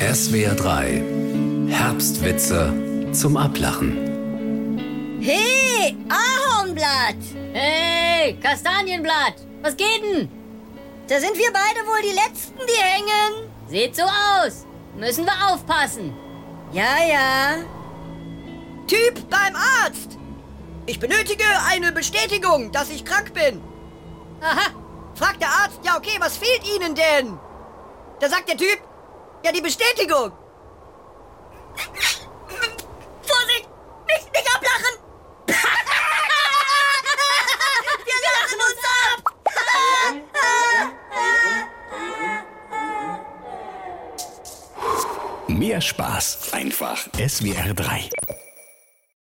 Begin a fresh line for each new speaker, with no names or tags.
SWR 3 Herbstwitze zum Ablachen.
Hey, Ahornblatt!
Hey, Kastanienblatt, was geht denn?
Da sind wir beide wohl die Letzten, die hängen.
Sieht so aus. Müssen wir aufpassen.
Ja, ja.
Typ beim Arzt. Ich benötige eine Bestätigung, dass ich krank bin. Aha. Fragt der Arzt, ja okay, was fehlt Ihnen denn? Da sagt der Typ, ja die Bestätigung.
Vorsicht! Nicht, nicht ablachen! Wir lachen uns ab!
Mehr Spaß einfach SWR 3.